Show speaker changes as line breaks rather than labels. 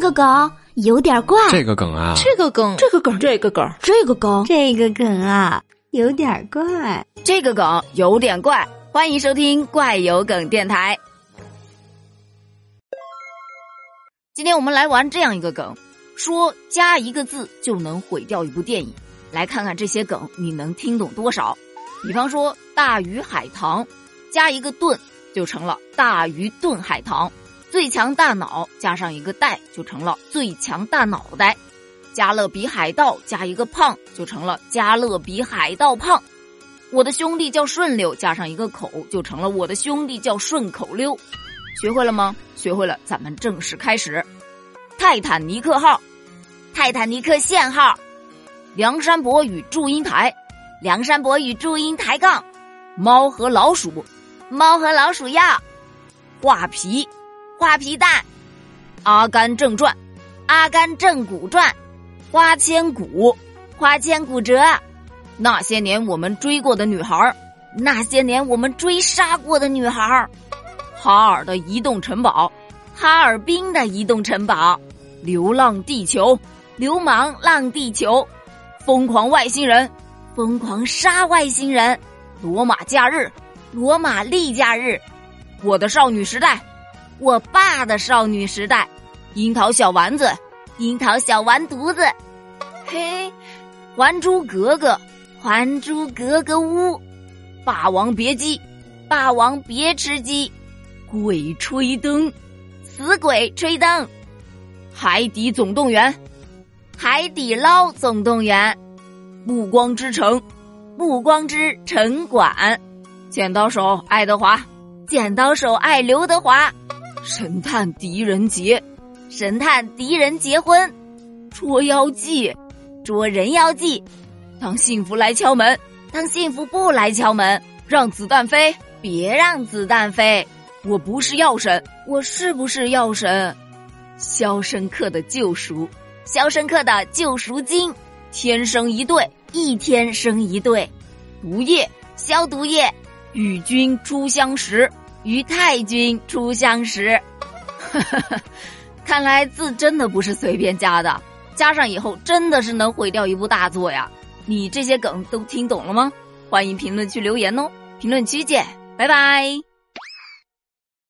个梗有点怪，
这个梗啊，
这个梗，
这个梗，这个梗，
这个梗
这个梗啊，有点怪。
这个梗有点怪。欢迎收听《怪有梗电台》。今天我们来玩这样一个梗，说加一个字就能毁掉一部电影。来看看这些梗你能听懂多少。比方说“大鱼海棠”，加一个“炖”就成了“大鱼炖海棠”。最强大脑加上一个“袋”就成了“最强大脑袋”。加勒比海盗加一个“胖”就成了“加勒比海盗胖”。我的兄弟叫顺溜，加上一个口就成了我的兄弟叫顺口溜。学会了吗？学会了，咱们正式开始。泰坦尼克号，泰坦尼克限号，梁山伯与祝英台，梁山伯与祝英台杠，猫和老鼠，猫和老鼠药，画皮，画皮蛋，阿甘正传，阿甘正骨传，花千骨，花千骨折。那些年我们追过的女孩儿，那些年我们追杀过的女孩儿，哈尔的移动城堡，哈尔滨的移动城堡，流浪地球，流氓浪地球，疯狂外星人，疯狂杀外星人，罗马假日，罗马例假日，我的少女时代，我爸的少女时代，樱桃小丸子，樱桃小丸犊子，嘿，还珠格格。《还珠格格》屋，《霸王别姬》，霸王别吃鸡，鬼吹灯，死鬼吹灯，《海底总动员》，《海底捞总动员》，《暮光之城》，《暮光之城管》，剪刀手爱德华，剪刀手爱刘德华，神探狄仁杰，神探狄仁结婚，捉妖记，捉人妖记。当幸福来敲门，当幸福不来敲门，让子弹飞，别让子弹飞。我不是药神，我是不是药神？《肖申克的救赎》，《肖申克的救赎金》，天生一对，一天生一对。毒液，消毒液，与君初相识，与太君初相识。 看来字真的不是随便加的，加上以后真的是能毁掉一部大作呀。你这些梗都听懂了吗？欢迎评论区留言哦！评论区见，拜拜。